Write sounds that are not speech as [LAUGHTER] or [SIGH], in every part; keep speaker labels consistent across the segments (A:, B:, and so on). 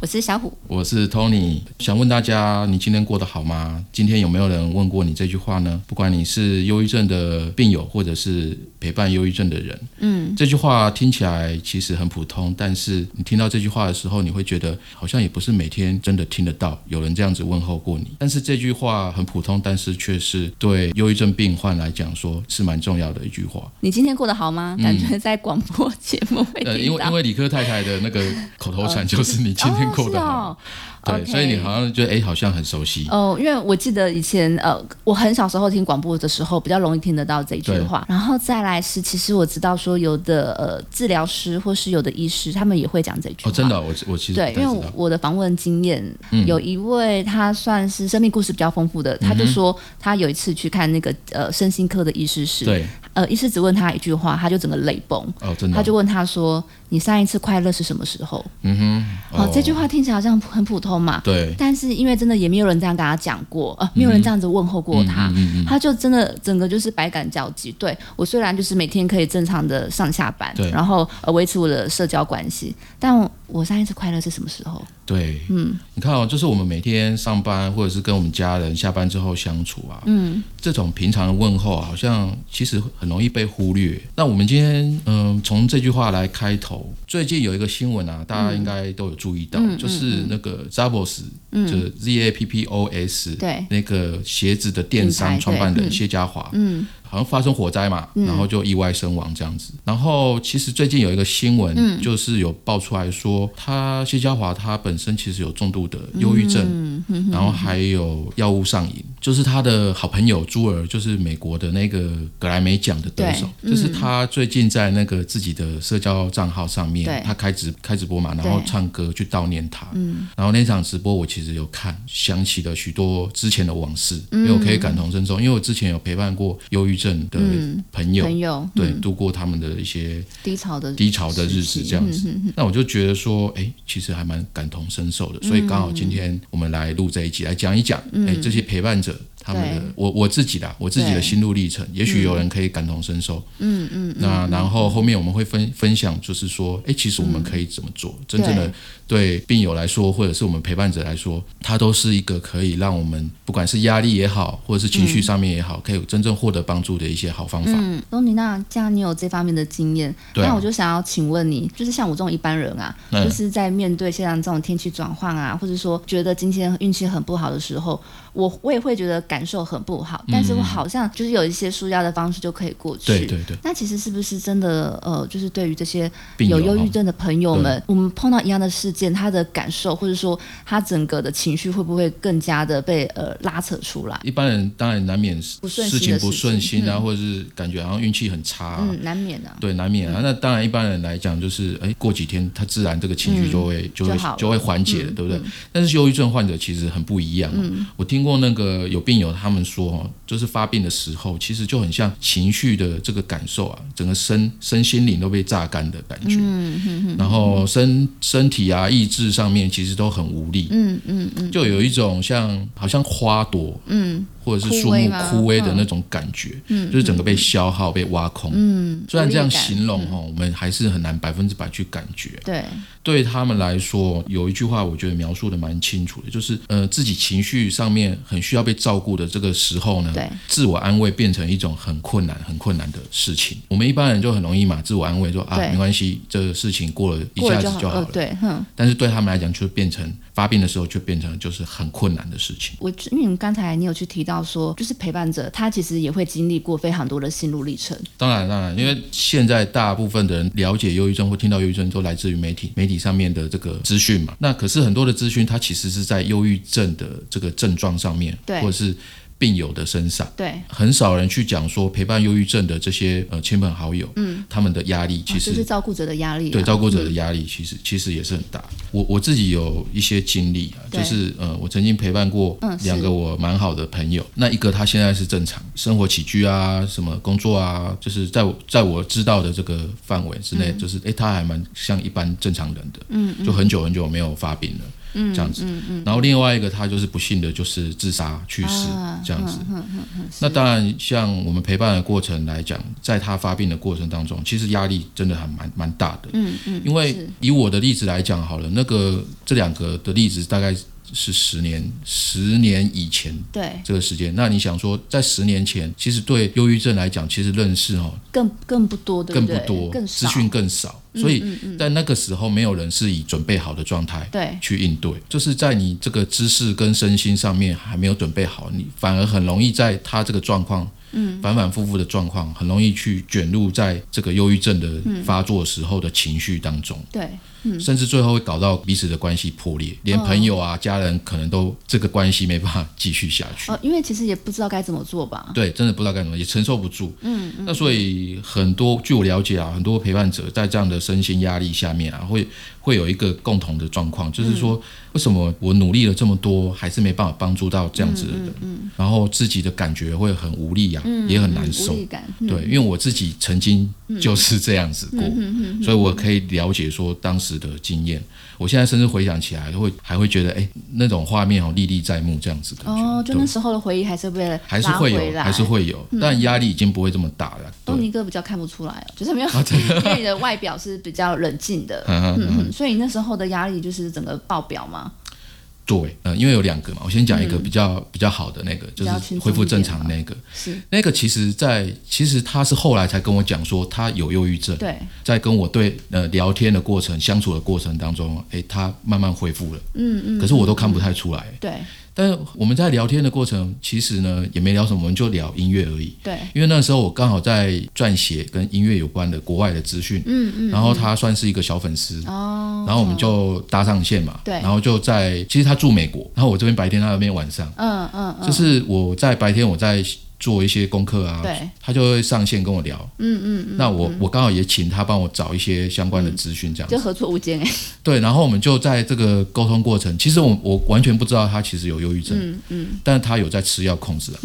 A: 我是小虎。
B: 我是 Tony，想问大家，你今天过得好吗？今天有没有人问过你这句话呢？不管你是忧郁症的病友，或者是陪伴忧郁症的人，嗯，这句话听起来其实很普通，但是你听到这句话的时候，你会觉得好像也不是每天真的听得到有人这样子问候过你。但是这句话很普通，但是却是对忧郁症病患来讲说是蛮重要的一句话。
A: 你今天过得好吗？感觉在广播节目会
B: 嗯呃，
A: 哎
B: 因
A: 听
B: 为
A: 到。
B: 因为理科太太的那个口头禅就是你今天
A: 哦
B: 过得好吗。
A: 是哦
B: 对，所以你
A: OK
B: 好像觉得哎、好像很熟悉。
A: 哦，因为我记得以前呃，我很小时候听广播的时候，比较容易听得到这句
B: 对
A: 话。然后再来是，其实我知道说有的呃治疗师或是有的医师，他们也会讲这句话。
B: 哦，真的哦、我我其实不
A: 对
B: 太，知
A: 因为
B: 道。嗯
A: 我的访问经验，有一位他算是生命故事比较丰富的，他就说他有一次去看那个呃身心科的医师室，
B: 对，
A: 呃医师只问他一句话，他就整个泪崩，
B: 哦，真的哦，
A: 他就问他说：“你上一次快乐是什么时候？”
B: 嗯哼，
A: 哦，这句话听起来好像很普通嘛，
B: 对，
A: 但是因为真的也没有人这样跟他讲过，
B: 嗯
A: 呃，没有人这样子问候过他，他就真的整个就是百感交集。对我虽然就是每天可以正常的上下班
B: 对，
A: 然后呃维持我的社交关系，但我我上一次快乐是什么时候？
B: 对，嗯，你看哦，就是我们每天上班或者是跟我们家人下班之后相处啊，嗯，这种平常的问候啊好像其实很容易被忽略。那我们今天嗯，从这句话来开头，最近有一个新闻啊，大家
A: 嗯
B: 应该都有注意到，就是那个 Zappos，嗯，就是 Z A P P O S，
A: 对，
B: 那个鞋子的电商
A: 品牌
B: 创办
A: 对
B: 人
A: 嗯
B: 谢家华，嗯，好像发生火灾嘛，然后就意外身亡这样子。然后其实最近有一个新闻，
A: 嗯
B: 就是有爆出来说，他谢家华他本身其实有重度的忧郁症，
A: 嗯
B: 然后还有药物上瘾，就是他的好朋友朱尔，就是美国的那个格莱美奖的得手，
A: 嗯
B: 就是他最近在那个自己的社交账号上
A: 对
B: 面，他开直开直播嘛，然后
A: 对
B: 唱歌去悼念他，然后那场直播我其实有看，想起了许多之前的往事，因为我可以感同身受，因为我之前有陪伴过忧郁症的嗯朋友，
A: 嗯朋友
B: 呃
A: 嗯
B: 对，度过他们的一些
A: 低潮的
B: 低潮的日子这样
A: 嗯
B: 子。那我就觉得说，哎，其实还蛮感同身受的，
A: 嗯
B: 所以刚好今天我们来录这一集，来讲一讲，哎，这些陪伴者。他们的
A: 对
B: 我我自己啦，我自己的
A: 对
B: 心路历程，也许有人可以感同身受。
A: 嗯嗯，
B: 那然后后面我们会分分享，就是说，哎，其实我们可以怎么做？真正
A: 嗯
B: 的对病友来说，或者是我们陪伴者来说，它都是一个可以让我们不管是压力也好，或者是情绪上面也好，可以真正获得帮助的一些好方法。
A: 嗯，东尼，那既然你有这方面的经验，
B: 对啊
A: 那我就想要请问你，就是像我这种一般人啊，
B: 嗯
A: 就是在面对现在这种天气转换啊，或者说觉得今天运气很不好的时候，我我也会觉得感受很不好，但是我好像就是有一些舒压的方式就可以过去。
B: 嗯对对对，
A: 那其实是不是真的？呃，就是对于这些
B: 病
A: 有
B: 友
A: 忧郁
B: 哦
A: 症的朋友们，我们碰到一样的事件，他的感受或者说他整个的情绪会不会更加的被呃拉扯出来？
B: 一般人当然难免
A: 不顺心的
B: 事情不顺心啊，或者是感觉好像运气很差啊、
A: 嗯，难免啊。
B: 对，难免啊。那当然，一般人来讲，就是哎，过几天他自然这个情绪就会、
A: 嗯
B: 就
A: 就好了嗯
B: 会就会缓解了，对不对？但是忧郁症患者其实很不一样、哦。我听过那个有病友他们说、哦，就是发病的时候，其实就很像情绪的这个感受啊，整个身身心灵都被榨干的感
A: 嗯
B: 觉。然后身身体啊、意志上面其实都很无力。嗯嗯嗯，就有一种像好像花朵，嗯，或者是树
A: 枯
B: 木
A: 萎吗
B: 枯萎的那种感觉，嗯，就是整个被消耗、被挖空。嗯，虽然这样形容哦，我们还是很难百分之百去感觉。
A: 对，
B: 对他们来说，有一句话我觉得描述的蛮清楚的，就是呃，自己情绪上面很需要被照顾的这个时候呢
A: 对，
B: 自我安慰变成一种很困难、很困难的事情。我们一般人就很容易嘛，自我安慰说啊，
A: 对
B: 没关系，这个事情过了一
A: 过
B: 下
A: 了
B: 子
A: 就好
B: 就好
A: 呃
B: 了。
A: 对，哼。
B: 但是对他们来讲，就变成发病的时候，就变成就是很困难的事情。
A: 我因为你刚才你有去提到说，就是陪伴者他其实也会经历过非常多的心路历程，
B: 当然，当然，因为现在大部分的人了解忧郁症或听到忧郁症，都来自于媒体媒体上面的这个资讯嘛。那可是很多的资讯，它其实是在忧郁症的这个症状上面，
A: 对
B: 或者是病友的身上。
A: 对，
B: 很少人去讲说陪伴忧郁症的这些呃亲朋好友，嗯，他们的压力其
A: 哦
B: 实、
A: 就是照顾者的压力、啊，
B: 对照顾者的压力其实、其实也是很大。我我自己有一些经历啊，
A: 对
B: 就是呃，我曾经陪伴过
A: 嗯是
B: 两个我蛮好的朋友，那一个他现在是正常生活起居啊，什么工作啊，就是在我在我知道的这个
A: 嗯
B: 范围之内，就是诶，他还蛮像一般正常人的，嗯就很久很久没有发病了。这样子。然后另外一个他就是不幸的就是自杀去世
A: 啊
B: 这样子。那当然，像我们陪伴的过程来讲，在他发病的过程当中，其实压力真的还蛮蛮大的。
A: 嗯嗯，
B: 因为
A: 是
B: 以我的例子来讲好了，那个这两个的例子大概是十年十年以前
A: 对
B: 这个时间。那你想说，在十年前，其实对忧郁症来讲，其实认识哦
A: 更更不多，对
B: 更
A: 不
B: 不
A: 对？
B: 多，
A: 更
B: 资
A: 少嗯
B: 讯更少，所以在那个时候，没有人是以准备好的状态。
A: 对
B: 去应对，就是在你这个知识跟身心上面还没有准备好，你反而很容易在他这个状况，嗯，反反复复的状况，很容易去卷入在这个忧郁症的发作时候的情绪当中，
A: 对
B: 甚至最后会搞到彼此的关系破裂，连朋友啊、家人可能都这个关系没办法继续下去。
A: 哦，因为其实也不知道该怎么做吧。
B: 对，真的不知道该怎么，也承受不住。嗯，那所以很多，据我了解啊，很多陪伴者在这样的身心压力下面啊，会会有一个共同的状况，就是说，为什么我努力了这么多，还是没办法帮助到这样子的人？然后自己的感觉会很无力啊，也嗯很难
A: 嗯
B: 受
A: 无。力感，
B: 对，因为我自己曾经
A: 嗯
B: 就是这样子过，所以我可以了解说当时的经验。我现在甚至回想起来，会还会觉得，哎，那种画面哦，历历在目，这样子感觉。
A: 哦，就
B: 对
A: 那时候的回忆还是被
B: 还是
A: 拉回
B: 会有，
A: 来，嗯哦
B: 还是。会有，但压力已经不会这么大了。对啊
A: 东，尼哥比较看不出来哦，就是没有，因为你的外表是比较冷静的，
B: 嗯嗯嗯，
A: 嗯，所以你那时候的压力就是整个爆表嘛，
B: 对，嗯，因为有两个嘛，我先讲一个比较比较好的那个，
A: 嗯比
B: 就
A: 较轻松
B: 是
A: 一
B: 恢复正常那个，
A: 是
B: 那个其实在其实他是后来才跟我讲说他有忧郁症，
A: 对，
B: 在跟我对呃聊天的过程、相处的过程当中，诶，他慢慢恢复了，
A: 嗯嗯，
B: 可是我都看不太出来。
A: 对
B: 但是我们在聊天的过程，其实呢也没聊什么，我们就聊音乐而已。
A: 对，
B: 因为那时候我刚好在撰写跟音乐有关的国外的资讯，嗯嗯，然后他算是一个小粉丝，哦，然后我们就搭上线嘛，
A: 对
B: 然后就在其实他住美国，然后我这边白天，他那边晚上，
A: 嗯嗯嗯，
B: 就是我在白天我在做一些功课啊，
A: 对，
B: 他就会上线跟我聊，嗯嗯那我我刚好也请他帮我找一些相关的资讯这样子，
A: 就合作无间哎，
B: 对，然后我们就在这个沟通过程，其实我我完全不知道他其实有忧郁症，
A: 嗯嗯，
B: 但他有在吃药控制啊，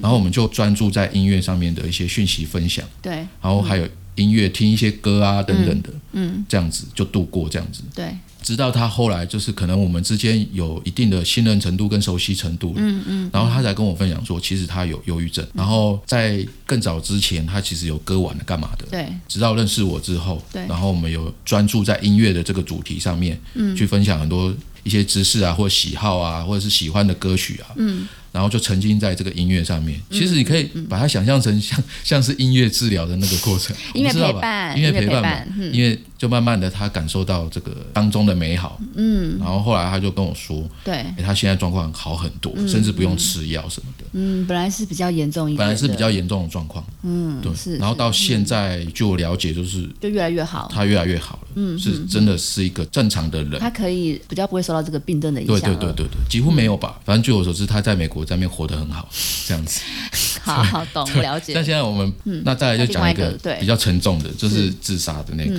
B: 然后我们就专注在音乐上面的一些讯息分享。
A: 对
B: 然后还有音乐，听一些歌啊等等的，嗯，这样子就度过这样子，
A: 对
B: 直到他后来就是可能我们之间有一定的信任程度跟熟悉程度，嗯嗯，然后他才跟我分享说，其实他有忧郁症，然后在更早之前他其实有割腕了干嘛的。
A: 对
B: 直到认识我之后，
A: 对
B: 然后我们有专注在音乐的这个主题上面，嗯，去分享很多一些知识啊，或者喜好啊，或者是喜欢的歌曲啊，嗯，然后就沉浸在这个音乐上面。
A: 嗯
B: 其实你可以把它想象成像 [LAUGHS] 像是音乐治疗的那个过程，
A: [LAUGHS] 音乐
B: 我不知道
A: 陪
B: 吧
A: 伴
B: 音乐
A: 音乐
B: 陪
A: 陪
B: 伴
A: 伴嗯
B: 嘛，因为就慢慢的他感受到这个当中的美好，嗯，然后后来他就跟我说，
A: 对，
B: 诶他现在状况好很多，甚至不用吃药什么的。
A: 嗯，本来是比较严重一点的，
B: 本来是比较严重的状况，嗯，对，
A: 是
B: 然后到现在，据我了解，就是
A: 就越来越好，
B: 他越来越好了，嗯，是真的是一个正常的人，
A: 他可以比较不会受到这个病症的影
B: 对
A: 响
B: 对
A: 了，
B: 对对对，几乎没有吧。反正据我所知，他在美国在那边活得很好，这样子。
A: 好 [LAUGHS] 好懂，我了解
B: 但，现在我们那再来就讲一
A: 嗯那
B: 个
A: 另外一个对嗯
B: 比较沉重的，就是自杀的那个。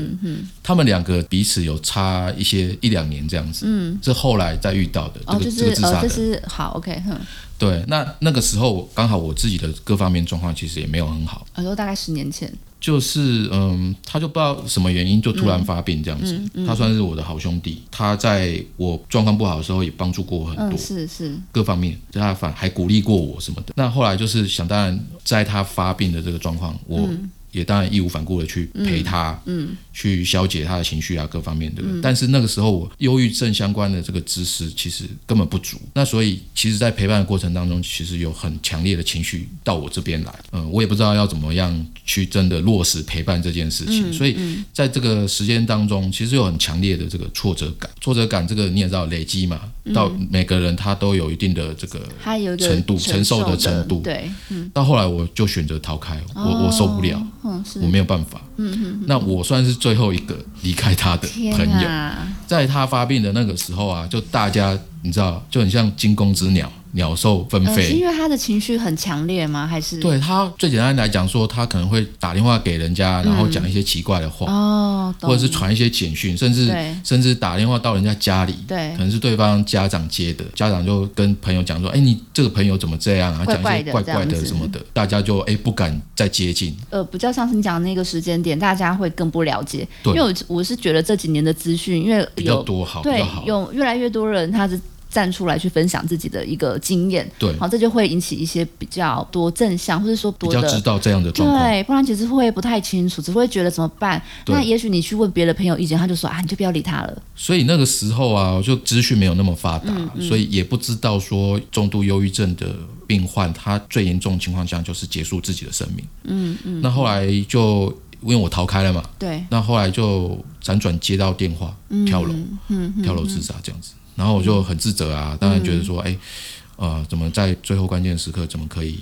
B: 他们两个彼此有差一些一两年这样子，嗯，是后来再遇到的
A: 哦，就
B: 这个这个
A: 是
B: 自
A: 呃，
B: 杀
A: 这
B: 的。
A: 是好 OK，哼，
B: 对，那那个时候我刚好我自己的各方面状况其实也没有很好。
A: 我说呃大概十年前，
B: 就是嗯，他就不知道什么原因就突然发病这样子。他算是我的好兄弟，他在我状况不好的时候也帮助过我很
A: 嗯，
B: 多，
A: 是是，
B: 各方面，就他反还鼓励过我什么的。那后来就是想当然，在他发病的这个状况，我也当然义无反顾的去陪他，嗯，去消解他的情绪啊，各方面的。但是那个时候我忧郁症相关的这个知识其实根本不足，那所以其实在陪伴的过程当中，其实有很强烈的情绪到我这边来，嗯，我也不知道要怎么样去真的落实陪伴这件事情，
A: 嗯
B: 所以在这个时间当中，其实有很强烈的这个挫折
A: 嗯
B: 感，挫折感这个你也知道累积嘛，到每个人他都有一定的这个
A: 他有一个
B: 程度承受的
A: 的
B: 程度
A: 对，
B: 到后来我就选择逃开，我、
A: 哦
B: 我受不了，
A: 嗯，是
B: 我没有办法。那我算是最后一个离开他的
A: 嗯天
B: 朋友，
A: 啊，
B: 在他发病的那个时候啊，就大家你知道，就很像惊弓之鸟，鸟兽纷
A: 呃，是
B: 飞。
A: 因为他的情绪很强烈吗？还是
B: 对他最简单来讲说，他可能会打电话给人家，然后讲一些奇怪的话，
A: 哦，懂
B: 或者是传一些简讯，甚至
A: 对
B: 甚至打电话到人家家里，
A: 对
B: 可能是对方家长接的，家长就跟朋友讲说：“哎，你这个朋友怎么这样啊？”
A: 怪
B: 讲
A: 怪
B: 一
A: 的
B: 些怪怪
A: 这样
B: 的
A: 子
B: 什么的，大家就哎不敢再接近。
A: 呃，比较像是你讲的那个时间点，大家会更不了解。
B: 对
A: 因为我我是觉得这几年的资讯，因为
B: 比较
A: 有
B: 多哦好，比
A: 对
B: 较好，
A: 有越来越多人他是站出来去分享自己的一个经验，
B: 对，
A: 好，这就会引起一些比较多正向，或者说
B: 比
A: 多
B: 较知
A: 的。
B: 道这样的状况。
A: 对，不然其实会不太清楚，只会觉得怎么办。
B: 对
A: 那也许你去问别的朋友意见，他就说啊，你就不要理他了。
B: 所以那个时候啊，就资讯没有那么发达，所以也不知道说重度忧郁症的病患，他最严重情况下就是结束自己的生命。嗯嗯。那后来就因为我逃开了嘛，
A: 对，
B: 那后来就辗转接到电话，跳楼，跳楼自杀这样子。然后我就很自责啊，当然觉得说，哎、呃，怎么在最后关键时刻怎么可以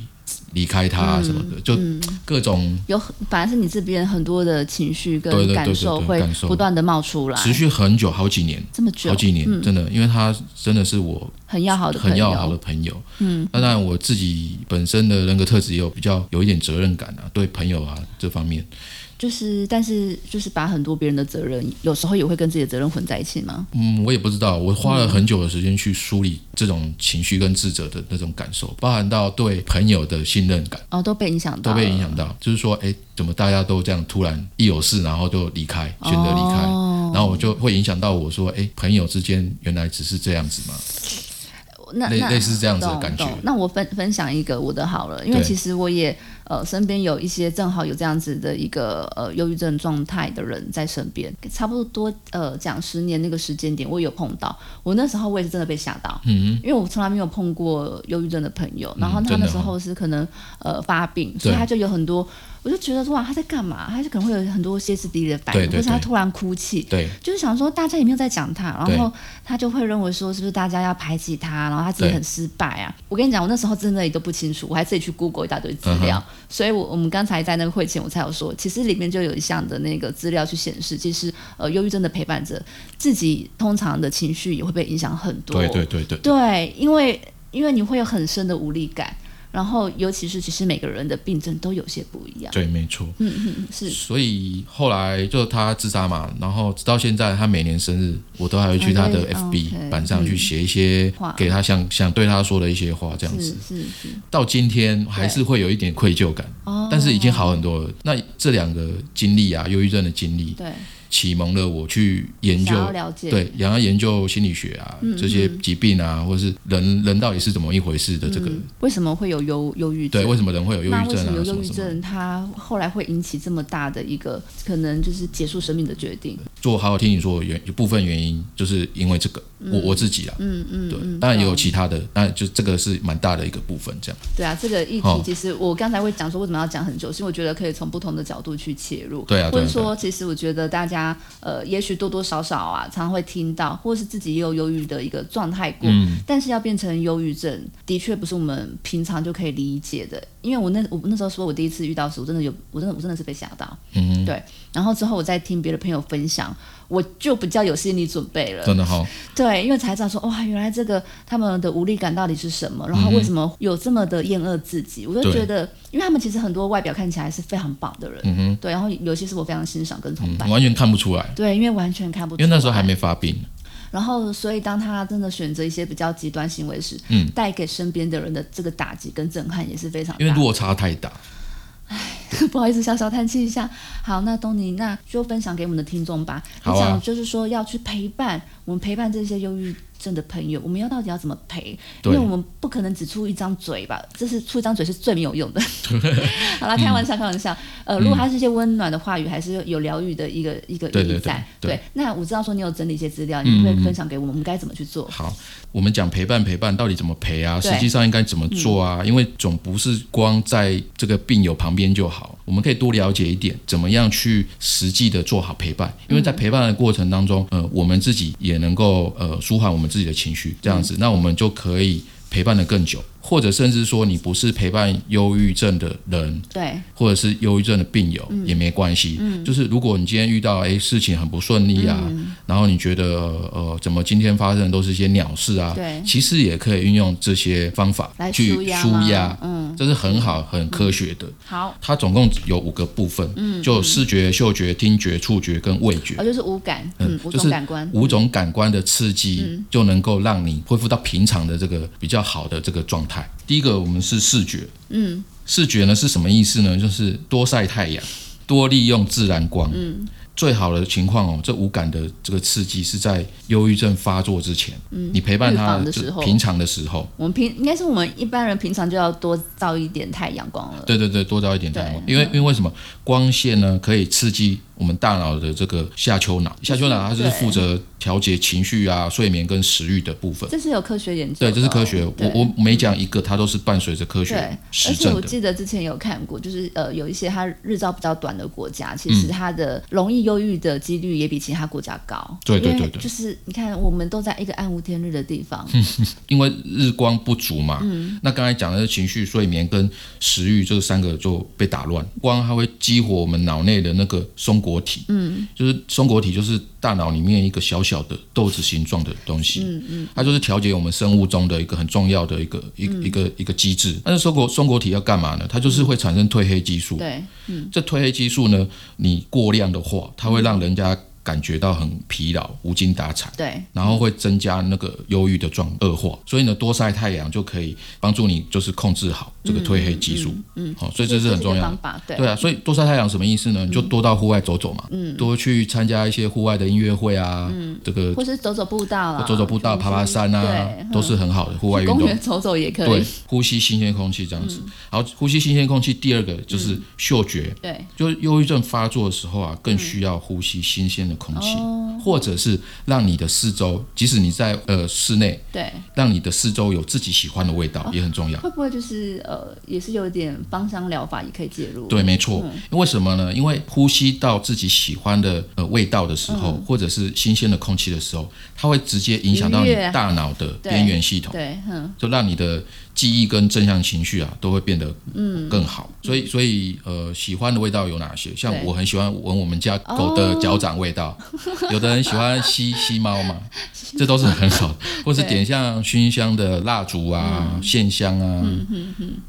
B: 离开他、啊、什么的，就各种
A: 有很反而是你这边很多的情绪
B: 对
A: 跟
B: 对对
A: 感
B: 对
A: 受
B: 对
A: 会
B: 感受
A: 不断的冒出来，
B: 持续很久，好几年，
A: 这么久
B: 好，几年，真的，因为他真的是我
A: 很要好的
B: 很
A: 朋
B: 要好
A: 友，
B: 的朋友。嗯，当然我自己本身的人格特质也有比较有一点责任感啊，对朋友啊这方面，
A: 就是但是就是把很多别人的责任，有时候也会跟自己的责任混在一起吗？
B: 嗯，我也不知道，我花了很久的时间去梳理这种情绪跟自责的那种感受，包含到对朋友的信任感
A: 哦，都被影响到
B: 都
A: 了，
B: 被影响到，就是说，哎，怎么大家都这样突然一有事，然后就离开，选择离开。
A: 哦
B: 然后我就会影响到我说，哎，朋友之间原来只是这样子嘛，
A: 那
B: 类
A: 那
B: 类似这样子的感觉
A: 懂懂那我分分享一个我的好了，因为
B: 对
A: 其实我也呃身边有一些正好有这样子的一个呃忧郁症状态的人在身边，差不多呃讲十年那个时间点，我有碰到。我那时候我也是真的被吓到，嗯，因为我从来没有碰过忧郁症的朋友，然后他
B: 嗯真
A: 那
B: 的哦
A: 时候是可能、呃发病，所以
B: 对
A: 他就有很多，我就觉得说哇他在干嘛？他就可能会有很多歇斯底里的反应，
B: 对对
A: 或是他
B: 对
A: 突然哭泣，
B: 对，
A: 就是想说大家也没有在讲他，
B: 对
A: 然后他就会认为说是不是大家要排挤他，然后他自己
B: 对
A: 很失败啊。我跟你讲，我那时候真的也都不清楚，我还自己去 Google 一大堆资料，
B: 嗯
A: 所以我我们刚才在那个会前我才有说，其实里面就有一项的那个资料去显示，其实呃忧郁症的陪伴者自己通常的情绪也会被影响很多，
B: 对对对对，
A: 对，因为因为你会有很深的无力感，然后尤其是其实每个人的病症都有些不一样，
B: 对，没错。
A: 嗯嗯嗯是。
B: 所以后来就他自杀嘛，然后直到现在，他每年生日，我都还会去他的
A: 嗯
B: FB
A: OK，
B: 板上去写一些
A: 话
B: 给他想想对他说的一些话，这样
A: 是
B: 子。
A: 是是，
B: 到今天还是会有一点愧疚感，
A: 哦，
B: 但是已经好很多了。那这两个经历啊，忧郁症的经历，
A: 对，
B: 启蒙了我去研
A: 想
B: 究
A: 要。了解，嗯
B: 对，然后研究心理学啊，这些疾病啊，或是人人到底是怎么一回事的这个，
A: 嗯为什么会有忧忧郁症？
B: 对，为什么人会有忧
A: 那
B: 郁
A: 为
B: 症
A: 什
B: 啊，
A: 么有
B: 什
A: 忧
B: 么
A: 郁
B: 什么的，
A: 症，它后来会引起这么大的一个可能就是结束生命的决定？
B: 做好好听你说的原部分原因，就是因为这个，我我自己啦，
A: 嗯嗯，
B: 对
A: 嗯，
B: 当然也有
A: 懂
B: 其他的，当然就这个是蛮大的一个部分，这样。
A: 对啊，这个议
B: 哦
A: 题其实我刚才会讲说为什么要讲很久，是因为我觉得可以从不同的角度去切入。
B: 对啊
A: 或
B: 对啊
A: 者说，其实我觉得大家呃，也许多多少少啊，常常会听到，或是自己也有忧郁的一个状态过。
B: 嗯
A: 但是要变成忧郁症，的确不是我们平常就可以理解的。因为我那我那时候说我第一次遇到的时候，我真的有，我真的我真的是被吓到。嗯，对。然后之后我再听别的朋友分享，我就比较有心理准备了。
B: 真的哈、哦，
A: 对，因为才知道说哇，原来这个他们的无力感到底是什么，然后为什么有这么的厌恶自己，我就
B: 嗯对嗯
A: 觉得，因为他们其实很多外表看起来是非常棒的人，对，然后有些是我非常欣赏跟崇拜。
B: 完全看不出来，
A: 对，因为完全看不出
B: 嗯因为那时候还
A: 来。
B: 没发病。
A: 然后，所以当他真的选择一些比较极端行为时，
B: 嗯
A: 带给身边的人的这个打击跟震撼也是非常大。
B: 因为落差太大，
A: [LAUGHS] 不好意思，小小叹气一下。好，那东尼，那就分享给我们的听众吧。
B: 好啊
A: 你讲就是说要去陪伴我们陪伴这些忧郁症的朋友，我们要到底要怎么陪？因
B: 对
A: 为我们不可能只出一张嘴吧，这是出一张嘴是最没有用的。 [LAUGHS] 好
B: 嗯
A: 啦，开玩笑，开玩笑。呃，如果它是一些温暖的话语，还是有疗愈的一个一个
B: 对
A: 意义
B: 对对
A: 在。
B: 对嗯
A: 那我知道说你有整理一些资料，你会分享给我们，我们该怎么去做？
B: 好，我们讲陪伴陪伴到底怎么陪啊？实
A: 对嗯
B: 际上应该怎么做啊？因为总不是光在这个病友旁边就好，我们可以多了解一点，怎么样去实际的做好陪伴。因为在陪伴的过程
A: 嗯
B: 当中，呃，我们自己也能够呃舒缓我们自己的情绪，这样子，那我们就可以。陪伴的更久，或者甚至说你不是陪伴忧郁症的人，
A: 对，
B: 或者是忧郁症的病友、
A: 嗯
B: 也没关系。就是如果你今天遇到诶事情很不顺利啊，
A: 嗯
B: 然后你觉得呃怎么今天发生的都是一些鸟事啊，
A: 对
B: 其实也可以运用这些方法
A: 来
B: 去
A: 舒压
B: 舒
A: 吗
B: 压，
A: 嗯，
B: 这是很好、很科学的。
A: 好，
B: 它总共有五个部分，
A: 嗯
B: 就有视觉、嗅觉、听觉、触觉跟味觉。
A: 哦，就是五感，嗯，五
B: 就
A: 种
B: 是
A: 感官，
B: 五种感官的刺
A: 嗯
B: 激，就能够让你恢复到平常的这个比较好的这个状态。第一个，我们是视觉，嗯，视觉呢是什么意思呢？就是多晒太阳，多利用自然光，嗯。最好的情况哦，这五感的这个刺激是在忧郁症发作之前，嗯、你陪伴
A: 预
B: 他
A: 防的
B: 就
A: 时候
B: 平常的时候，
A: 我们平应该是我们一般人平常就要多照一点太阳光了，
B: 对对对，多照一点太阳光，因为因为为什么光线呢可以刺激我们大脑的这个下丘脑，下丘脑它就是
A: 对
B: 负责调节情绪啊、睡眠跟食欲的部分。
A: 这是有科学研究的哦，
B: 对，这是科学。
A: 对
B: 我我每讲一个，它都是伴随着科
A: 对
B: 学，
A: 而
B: 实
A: 且
B: 证
A: 我
B: 的。
A: 记得之前有看过，就是呃，有一些它日照比较短的国家，其
B: 嗯
A: 实它的容易忧郁的几率也比其他国家高。
B: 对对
A: 因为
B: 对嗯对
A: 就是你看，我们都在一个暗无天日的地方，
B: 因为日光不足嘛，
A: 嗯
B: 那刚才讲的是情绪、睡眠跟食欲这三个就被打乱。光它会激活我们脑内的那个松果体，嗯，就是松果体就是大脑里面一个小小的豆子形状的东西，嗯嗯，它就是调节我们生物钟的一个很重要的一个一
A: 嗯
B: 个、一个一个机制。但是松果松果体要干嘛呢？它就是会产生褪黑激素，
A: 对，
B: 这褪黑激素呢，你过量的话，它会让人家感觉到很疲劳、无精打采。
A: 对，
B: 然后会增加那个忧郁的状恶化，所以呢，多晒太阳就可以帮助你，就是控制好这个褪黑激素。嗯，好、所以这是很重
A: 一个
B: 要的
A: 方。法，对，
B: 对啊，所以多晒太阳什么意思呢？你就多到户外走走嘛，嗯，多去参加一些户外的音乐会啊，嗯，这个
A: 或是走走步道啦，
B: 走走步道、
A: 啊去
B: 爬爬山啊
A: 对，，嗯
B: 都是很好的户外
A: 去
B: 运
A: 公
B: 动。
A: 园嗯走走也可
B: 对
A: 以，，
B: 呼吸新鲜空气这样子。好，呼吸新鲜空气。第二个就是
A: 嗯
B: 嗅觉，
A: 对，
B: 就是忧郁症发作的时候啊，更需要呼吸新鲜的空气，
A: 哦
B: 或者是让你的四周，即使你在呃室内，
A: 对，
B: 让你的四周有自己喜欢的味
A: 哦
B: 道、也很重要。
A: 会不会就是呃，也是有一点芳香疗法也可以介入？
B: 对，没错。为什么
A: 嗯
B: 呢？因为呼吸到自己喜欢的呃味道的时
A: 嗯
B: 候，或者是新鲜的空气的时候，它会直接影响到
A: 愉
B: 你
A: 悦
B: 大脑的
A: 对
B: 边缘系统。
A: 对，嗯，
B: 就让你的记忆跟正向情绪啊，都会变得嗯更好。所以，所以呃，喜欢的味道有哪些？像
A: 对
B: 我很喜欢闻我们家狗的脚掌味道，
A: 哦
B: 有的人喜
A: [LAUGHS]
B: 欢吸吸猫嘛，这都是很好的。或是
A: 对嗯
B: 点像熏香的蜡烛啊、线香啊，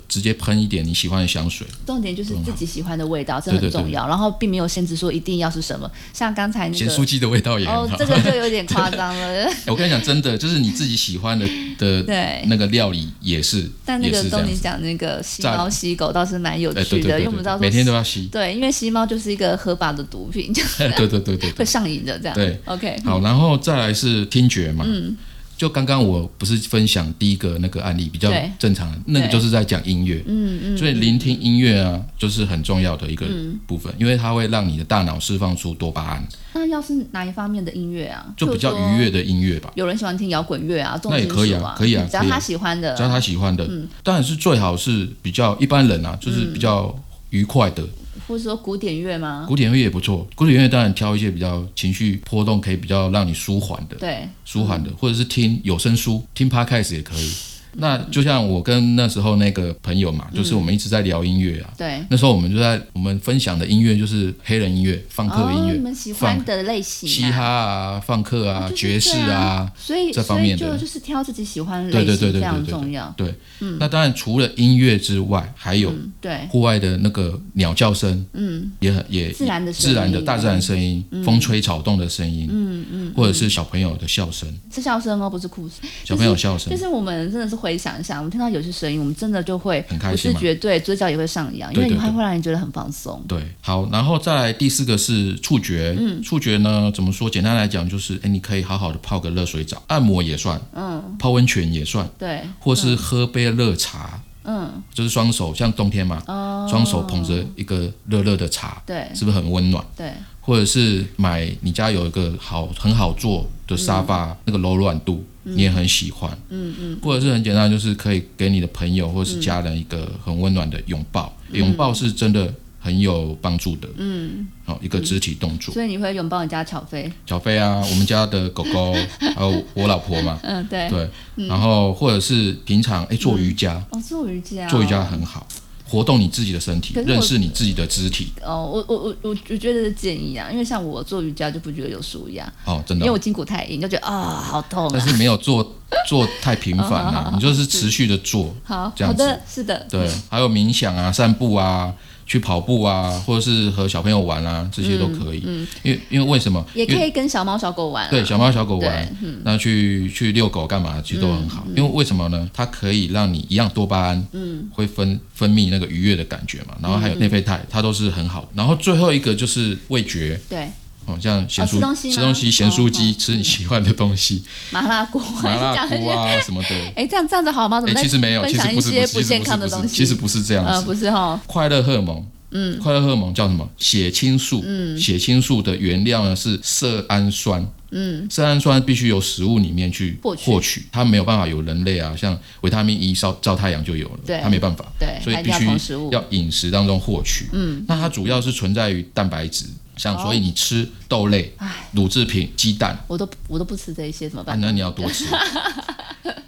B: 直接喷一点你喜欢的香水。
A: 重点就是自己喜欢的味道，这
B: 对对
A: 很
B: 对
A: 重要。然后并没有限制说一定要是什么，像刚才那
B: 咸
A: 个
B: 酥鸡的味道也很
A: 哦
B: 好，。
A: 这个就有点夸张了。
B: [LAUGHS] 我跟你讲，真的就是你自己喜
A: [LAUGHS]
B: 欢的的
A: 对，
B: 那个料理也是，
A: 但那
B: 也
A: 个
B: 是这
A: 东
B: 样
A: 尼
B: 子。
A: 讲那个吸
B: 炸
A: 猫吸狗倒是蛮有
B: 哎，对
A: 趣
B: 对
A: 的，因
B: 对
A: 为我们知道
B: 对，
A: 说。
B: 每天都要吸 [LAUGHS]
A: 对，因为吸猫就是一个合法的毒品，就
B: 对对对对对。
A: 会上瘾的这样。
B: 对
A: ，OK，
B: 好，然后再来是听觉嘛，
A: 嗯
B: 就刚刚我不是分享第一个那个案例比较
A: 对
B: 正常的，那个
A: 对
B: 就是在讲音乐，
A: 嗯嗯，
B: 所以聆听音乐啊，就是很重要的一个部
A: 嗯
B: 分，因为它会让你的大脑释放出多巴胺，
A: 那要是哪一方面的音乐啊？
B: 就比较愉悦。的音乐吧，
A: 有人喜欢听摇滚乐啊，重
B: 那也
A: 金
B: 可以
A: 属
B: 啊可以啊
A: 嗯只要
B: 可以啊
A: 他喜欢的
B: 只要他喜欢的，
A: 嗯
B: 当然是最好是比较一般人啊，就是比较愉快的，
A: 或者说古典乐吗？
B: 古典乐也不错，古典乐当然挑一些比较情绪波动可以比较让你舒缓的，
A: 对，
B: 舒缓的，或者是听有声书、听 podcast 也可以。那就像我跟那时候那个朋友
A: 嗯
B: 嘛，就是我们一直在聊音乐啊。
A: 对，
B: 那时候我们就在我们分享的音乐就是黑人音乐、放克音
A: 哦，你
B: 乐、
A: 们喜欢
B: 放
A: 的类型、啊，
B: 嘻哈啊、放克啊、
A: 就是
B: 爵士
A: 对
B: 啊。
A: 啊，所以
B: 这方面的
A: 所以就就是挑自己喜欢的
B: 对
A: 类
B: 对
A: 型
B: 对对
A: 非
B: 对
A: 常
B: 对对
A: 重要。
B: 对，那当然除了音乐之外，还有
A: 嗯，对，
B: 户外的那个鸟叫声，
A: 嗯，
B: 也很也
A: 自然的声
B: 自然的
A: 音嗯
B: 大自然声音，风吹草动的声音，嗯嗯，或者是小朋友的笑声，
A: 是笑声哦，不是哭声。
B: 小朋友笑声
A: 就，是我们真的是回想一下，我们听到有些声音，我们真的就会
B: 很开
A: 不
B: 心
A: 自
B: 嘛
A: 觉对嘴角也会上扬，因
B: 对
A: 为你
B: 对
A: 会
B: 对
A: 会让人觉得很放松。
B: 对，好，然后再来第四个是触觉，触觉呢怎么说？简单来讲就是，哎，你可以好好的泡个热水澡，按摩也算，嗯，泡温泉也算，
A: 对，
B: 或是喝杯热茶，嗯，哦就是双手，像冬天嘛，双手捧着一个热热的茶，
A: 对，
B: 是不是很温暖？
A: 对，
B: 或者是买你家有一个好很好坐的沙发，那个柔软度。你也很喜欢，嗯嗯，或者是很简单，就是可以给你的朋友或是家人一个很温暖的拥抱，拥抱是真的很有帮助的。嗯，好、一个肢体动作。
A: 所以你会拥抱你家巧飞，
B: 小飞啊，我们家的狗 [LAUGHS] 狗，还有我老婆嘛，
A: 嗯，对，
B: 对，然后或者是平常哎做瑜伽，
A: 哦，做瑜伽，
B: 做瑜伽很好，活动你自己的身体
A: 可，是我
B: 认识你自己的肢体
A: 哦，我我我我我觉得是建议啊，因为像我做瑜伽就不觉得有舒压，
B: 哦，真
A: 因
B: 的
A: 为
B: 哦、
A: 我筋骨太硬，就觉得啊、好痛
B: 但
A: 啊。
B: 是没有做做太频繁啦、你就是持续的做，
A: 好
B: 这
A: 啊好
B: 样子
A: 的，是的，
B: 对，还有冥想啊、散步啊、去跑步啊，或者是和小朋友玩啊，这些都可以。因为因为为什么？
A: 也
B: 因
A: 可
B: 为
A: 以跟小猫小狗玩、啊。
B: 对小猫小狗
A: 对
B: 玩，那去去遛狗干嘛，其实都很好。因为为什么呢？它可以让你一样多巴胺，嗯，会分分泌那个愉悦的感觉嘛，然后还有内啡肽，它都是很好。然后最后一个就是味觉，
A: 对，
B: 哦，像咸
A: 哦
B: 酥
A: 吃东西吗
B: 吃东西咸酥鸡，
A: 哦
B: 吃你喜欢的东西，
A: 麻辣锅，
B: 麻辣
A: 这样
B: 锅啊什么的。
A: [LAUGHS] 哎，这样这样子好吗？怎么
B: 哎，
A: 在
B: 其实没有，
A: 分
B: 其实
A: 享一
B: 不是，
A: 些
B: 不是，其实
A: 健
B: 不
A: 康的
B: 是，
A: 东
B: 不是，
A: 西？
B: 其实不是这样
A: 呃，
B: 子
A: 不。是哦，
B: 快乐荷尔蒙，嗯，快乐荷尔蒙叫什么？血清素，嗯，血清素的原料呢是色氨酸，嗯，色氨酸必须由食物里面去
A: 获取
B: 取，它没有办法有人类啊，像维他命 E 照照太阳就有了，
A: 对
B: 它没办法，
A: 对，
B: 所以
A: 还一
B: 必
A: 定要
B: 须
A: 从食物。
B: 要饮食当中获取，嗯，哦那它主要是存在于蛋白质，像所以你吃豆类、乳制品、鸡蛋，
A: 我都我都不吃这一些，怎么
B: 啊
A: 办？
B: 那你要多 [LAUGHS] 吃，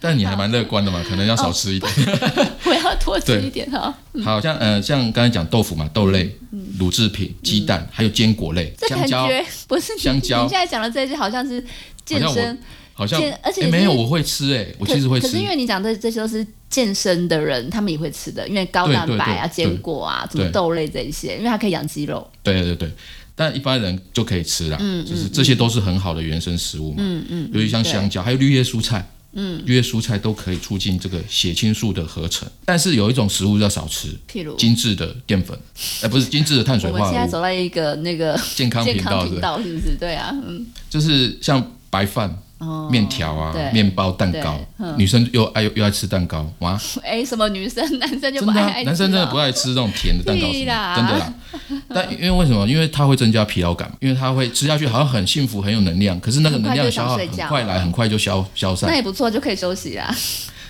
B: 但你还蛮乐观的嘛，可能要少吃一点。
A: 我要多吃
B: 对
A: 一点哈。
B: 好像呃，像刚才讲豆腐嘛，豆类、乳制品、鸡蛋，还有坚果类，
A: 嗯这
B: 香
A: 感
B: 蕉，
A: 觉不是你
B: 香蕉
A: 你现在讲的这些好像是健
B: 好像我
A: 身，
B: 好像
A: 健而且
B: 诶
A: 是
B: 没有，我会吃哎、我
A: 可
B: 其实会
A: 可是
B: 吃
A: 因，为你讲的这些都是健身的人，他们也会吃的，因为高
B: 对
A: 蛋
B: 对
A: 白啊、
B: 对
A: 坚果啊、什
B: 对
A: 么豆类这一些，因为它可以养肌肉。
B: 对对对，但一般人就可以吃啦，
A: 嗯
B: 就是这些都是很好的原生食物嘛，嗯嗯，尤其像
A: 对
B: 香蕉，还有绿叶蔬菜。嗯，绿叶蔬菜都可以促进这个血清素的合成，但是有一种食物要少吃，
A: 譬如
B: 精致的
A: [LAUGHS]
B: 淀粉，呃，不是精致的碳水
A: 我们
B: 化
A: 现在
B: 合物，
A: 走到一个那个
B: 健康
A: [LAUGHS] 健
B: 频道
A: 康
B: 是不
A: 频
B: 是
A: 道，是不是？对啊，嗯，
B: 就是像白饭、 [LAUGHS]
A: 哦，
B: 面条啊
A: 对、嗯
B: 面包、蛋糕，女生又爱又爱吃蛋糕，哇，
A: 哎，什么女生、男生就
B: 真
A: 不
B: 的
A: 爱
B: 啊、
A: 爱吃
B: 男生真的不
A: 哦
B: 爱吃这种甜的蛋糕什么
A: 屁
B: 的，
A: 啦
B: 真
A: [LAUGHS]
B: 的啦。但因为为什么？因为它会增加疲劳感，因为它会吃下去好像很幸福、很有能量，可是那个能量消耗
A: 很快就想睡觉
B: 很快来，很快就消消
A: 那
B: 散。
A: 也不错，就可以休息啊啦。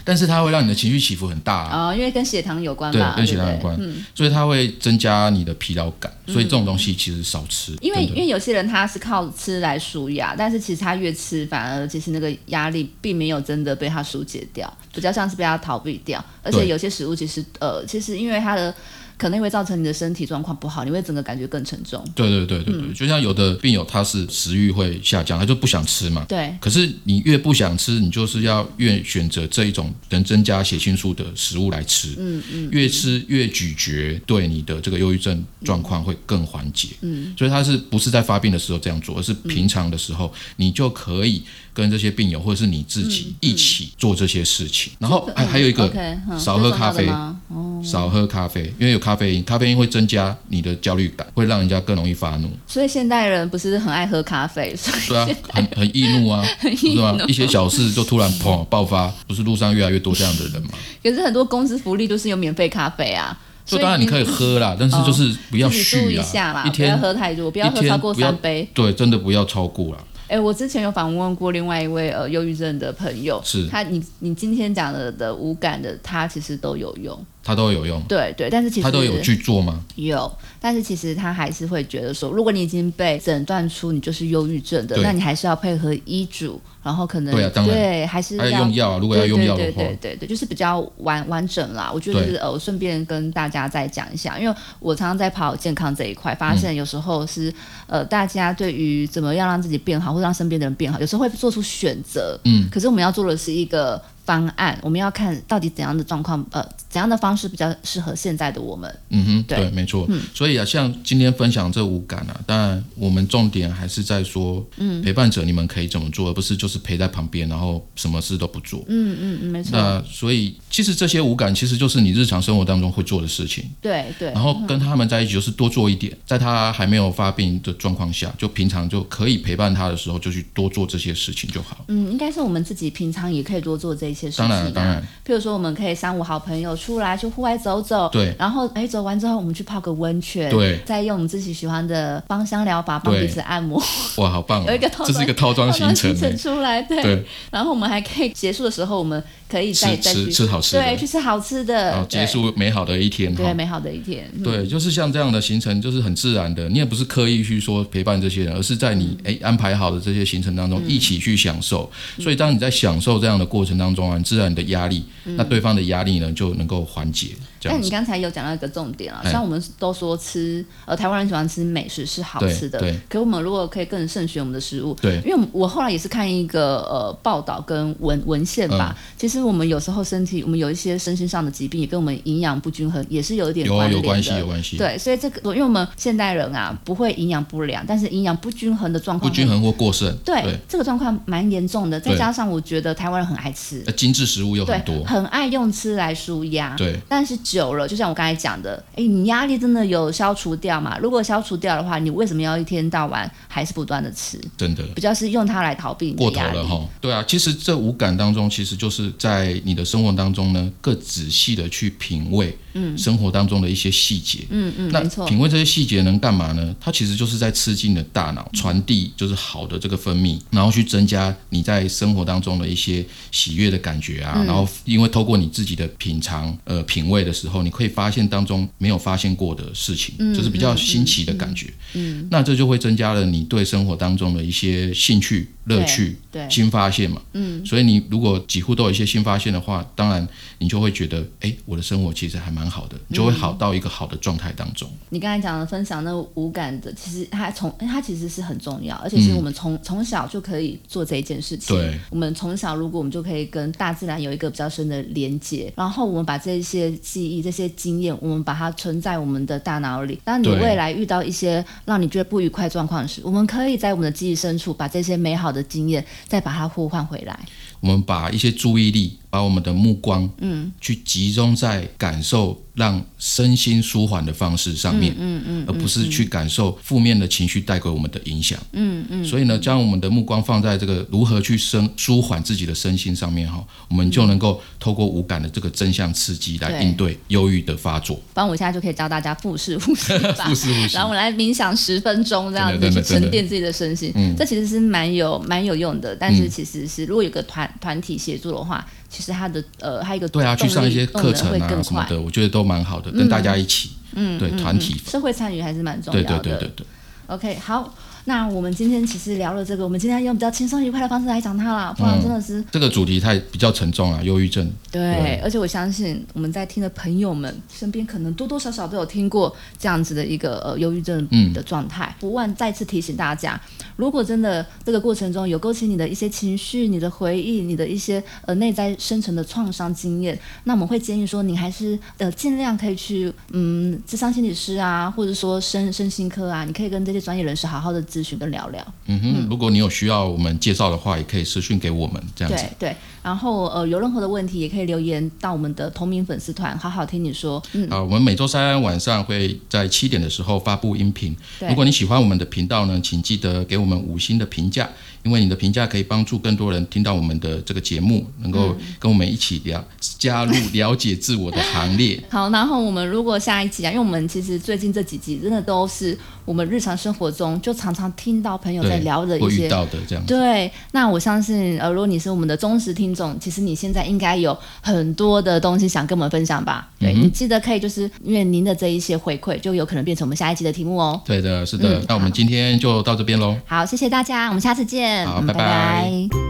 B: 但是它会让你的情绪起伏很大、啊，
A: 哦，因为跟血糖有关
B: 对
A: 吧，，
B: 跟血糖
A: 啊对嗯
B: 有
A: 不对
B: 关，所以它会增加你的疲劳感。所以这种东西其实少吃，
A: 嗯因为
B: 真
A: 因
B: 的
A: 为有些人他是靠吃来舒压，但是其实他越吃反而其实那个压力并没有真的被他疏解掉，比较像是被他逃避掉。而且
B: 对
A: 有些食物其实呃，其实因为它的可能会造成你的身体状况不好，你会整个感觉更沉重。
B: 对对对对对，
A: 嗯
B: 就像有的病友他是食欲会下降，他就不想吃嘛。
A: 对，
B: 可是你越不想吃，你就是要越选择这一种能增加血清素的食物来吃。嗯嗯，越吃越咀嚼，对你的这个忧郁症状况会更缓解。嗯，所以它是不是在发病的时候这样做，而是平常的时候，你就可以跟这些病友或者是你自己一起做这些事情。然后还还有一个
A: OK，嗯
B: 少喝
A: 这是重要的
B: 咖啡
A: 吗
B: 少喝咖啡，因为有咖啡因，咖啡因会增加你的焦虑感，会让人家更容易发怒。
A: 所以现代人不是很爱喝咖啡，所以
B: 对啊， [LAUGHS] 很很易怒啊，
A: 易 [LAUGHS]
B: 是吧？一些小事就突然砰爆发，不是路上越来越多这样的人嘛？
A: 可是很多公司福利都是有免费咖啡啊。
B: 就
A: 所
B: 当然你可以喝啦，但是就是不要
A: 自己注
B: 续
A: 意一下啦，
B: 啦，一
A: 不要
B: 天
A: 喝太多，不
B: 一
A: 要喝
B: 天
A: 超过
B: 不要
A: 三杯。
B: 对，真的不要超过啦。
A: 哎、我之前有访问过另外一位呃忧郁症的朋友，
B: 是
A: 他你你今天讲的的无感的，他其实都有用，
B: 它都有用，
A: 对对，但是其实
B: 它都有去做吗？
A: 有但是其实他还是会觉得说，如果你已经被诊断出你就是忧郁症的，
B: 对
A: 那你还是要配合医嘱，然后可能
B: 对啊当然
A: 对还是
B: 还有
A: 要
B: 用药啊，如果要用药的
A: 对
B: 话
A: 对，对对对，就是比较完完整啦。我觉得就是呃，我顺便跟大家再讲一下，因为我常常在跑健康这一块，
B: 嗯
A: 发现有时候是、呃，大家对于怎么样让自己变好，或者让身边的人变好，有时候会做出选择。
B: 嗯，
A: 可是我们要做的是一个方案，我们要看到底怎样的状况，呃，怎样的方式比较适合现在的我们。
B: 嗯哼，
A: 对
B: 对，没错。所以啊，像今天分享这五感啊，当然我们重点还是在说，
A: 嗯
B: 陪伴者你们可以怎么做，而不是就是陪在旁边，然后什么事都不做。
A: 嗯嗯嗯，没错，
B: 那所以，其实这些五感其实就是你日常生活当中会做的事情，
A: 对对
B: 然。后跟他们在一起就是多做一点，在他还没有发病的状况下，就平常就可以陪伴他的时候，就去多做这些事情就好。
A: 嗯，应该是我们自己平常也可以多做这一些事情、
B: 当
A: 啊。
B: 然当然，
A: 譬如说，我们可以三五好朋友出来去户外走走，
B: 对
A: 然后哎，走完之后我们去泡个温泉，
B: 对
A: 再用我们自己喜欢的芳香疗法帮
B: 对
A: 彼此按摩，
B: 哇，好棒、哦！
A: 有一个套装
B: 这是一个套
A: [LAUGHS]
B: 装行
A: 让
B: 程
A: 行程
B: 欸，
A: 出来，对。
B: 对，
A: 然后我们还可以结束的时候，我们可以再再
B: 吃吃
A: 去
B: 吃好吃
A: 对
B: 的，
A: 去吃好吃的，
B: 然后结
A: 对
B: 束美好的一天
A: 对
B: 哈。
A: 美好的一天，嗯
B: 对，就是像这样的行程，就是很自然的，你也不是刻意去说陪伴这些人，而是在你
A: 嗯
B: 哎安排好的这些行程当中一起去享受。所以，当你在享受这样的过程当中啊，你自然你的压力，
A: 嗯
B: 那对方的压力呢就能够缓解。这
A: 但哎
B: 样
A: 你
B: 子，
A: 刚才有讲到一个重点啊，
B: 哎
A: 像我们都说吃，呃，台湾人喜欢吃美食是好吃的
B: 对对，
A: 可我们如果可以更慎选我们的食物，
B: 对
A: 因为我们我后来也是看一个呃报道跟文文献吧，
B: 嗯
A: 其实我们有时候身体我们有一些身心上的疾病，也跟我们营养不均衡也是有一点
B: 有有
A: 联
B: 关系，
A: 的
B: 有关系。
A: 对，所以这个因为我们现代人啊不会营养不良，但是营养不均衡的状
B: 不
A: 况
B: 均
A: 衡。
B: 衡或过剩，
A: 对，
B: 对，
A: 这个状况蛮严重的，再
B: 对
A: 加上我觉得台湾人很爱吃，
B: 呃精致食物又
A: 对
B: 很，多，
A: 很爱用吃来舒压，
B: 对，
A: 但是久了，就像我刚才讲的，哎，你压力真的有消除掉嘛？如果消除掉的话，你为什么要一天到晚还是不断的吃？
B: 真的。
A: 比较是用它来逃避你
B: 过
A: 的
B: 头
A: 压
B: 了
A: 力。
B: 哈，对啊，其实这五感当中，其实就是在你的生活当中呢，更仔细的去品味，嗯，生活当中的一些细节，
A: 嗯嗯，
B: 那
A: 没错，
B: 品味这些细节能干嘛呢？它其实就是在吃进你的大脑，传递就是好的这个分泌，然后去增加你在生活当中的一些喜悦的感觉啊。然后因为透过你自己的品尝、呃品味的时候，你可以发现当中没有发现过的事情，就是比较新奇的感觉。嗯，那这就会增加了你对生活当中的一些兴趣、乐趣。
A: 对，
B: 新发现嘛，嗯，所以你如果几乎都有一些新发现的话，当然你就会觉得，哎、我的生活其实还蛮好的，你就会好到一个好的状态当中。
A: 你刚才讲的分享那五感的，其实它从它其实是很重要，而且是我们从、从小就可以做这一件事情。
B: 嗯对，
A: 我们从小如果我们就可以跟大自然有一个比较深的连接，然后我们把这些记忆、这些经验，我们把它存在我们的大脑里。当你
B: 对
A: 未来遇到一些让你觉得不愉快状况时，我们可以在我们的记忆深处把这些美好的经验再把它呼唤回来。
B: 我们把一些注意力，把我们的目光，嗯，去集中在感受让身心舒缓的方式上面，嗯嗯，而不是去感受负面的情绪带给我们的影响，嗯嗯。所以呢，将我们的目光放在这个如何去身舒缓自己的身心上面哈，我们就能够透过五感的这个正向刺激来
A: 对
B: 应对忧郁的发作，
A: 不然我现在就可以教大家腹式呼吸法
B: [LAUGHS] 腹。式呼吸
A: 然。后我们来冥想十分钟，这样子
B: 真
A: 去
B: 的真的嗯
A: 沉淀自己的身心，这其实是蛮有蛮有用的。但是其实是如果有个团团体协助的话，其实它的呃，它一个
B: 对啊，去
A: 动
B: 上一
A: 力
B: 些
A: 动
B: 课
A: 能
B: 程
A: 会
B: 啊
A: 更
B: 什么
A: 快，
B: 的，我觉得都蛮好的，跟大家一起，嗯，对，团体，
A: 社会参与还是蛮重要
B: 对
A: 的。
B: 对对对对，
A: OK，好，那我们今天其实聊了这个，我们今天用比较轻松愉快的方式来讲它啦，不
B: 嗯
A: 然真的是、
B: 这个主题太比较沉重啊，忧郁症，
A: 对。而且我相信我们在听的朋友们身边，可能多多少少都有听过这样子的一个呃忧郁症的状态。不忘再次提醒大家，如果真的这个过程中有勾起你的一些情绪、你的回忆、你的一些呃内在深层的创伤经验，那我们会建议说，你还是呃尽量可以去嗯，智商心理师啊，或者说身身心科啊，你可以跟这些专业人士好好的咨询跟聊聊。
B: 嗯哼，如果你有需要我们介绍的话，也可以私讯给我们这样子
A: 对。对，然后呃有任何的问题也可以留言到我们的同名粉丝团，好好听你说。嗯，
B: 啊，我们每周三晚上会在七点的时候发布音频。
A: 对
B: 如果你喜欢我们的频道呢，请记得给我们五星的评价，因为你的评价可以帮助更多人听到我们的这个节目，能够
A: 嗯
B: 跟我们一起了加入了解自我的行
A: [LAUGHS]
B: 列。
A: 好，然后我们如果下一期啊，因为我们其实最近这几集真的都是我们日常生活中就常常听到朋友在
B: 对，
A: 聊的一
B: 会
A: 些
B: 遇到的这样子。
A: 对，那我相信，呃，如果你是我们的忠实听众，其实你现在应该有很多的东西想跟我们分享吧？对，
B: 嗯
A: 你记得可以，就是因为您的这一些回馈，就有可能变成我们下一集的题目哦。
B: 对的，是的。那我们今天就到这边喽。
A: 好，谢谢大家，我们下次见，
B: 好
A: 嗯
B: 拜
A: 拜
B: 拜
A: 拜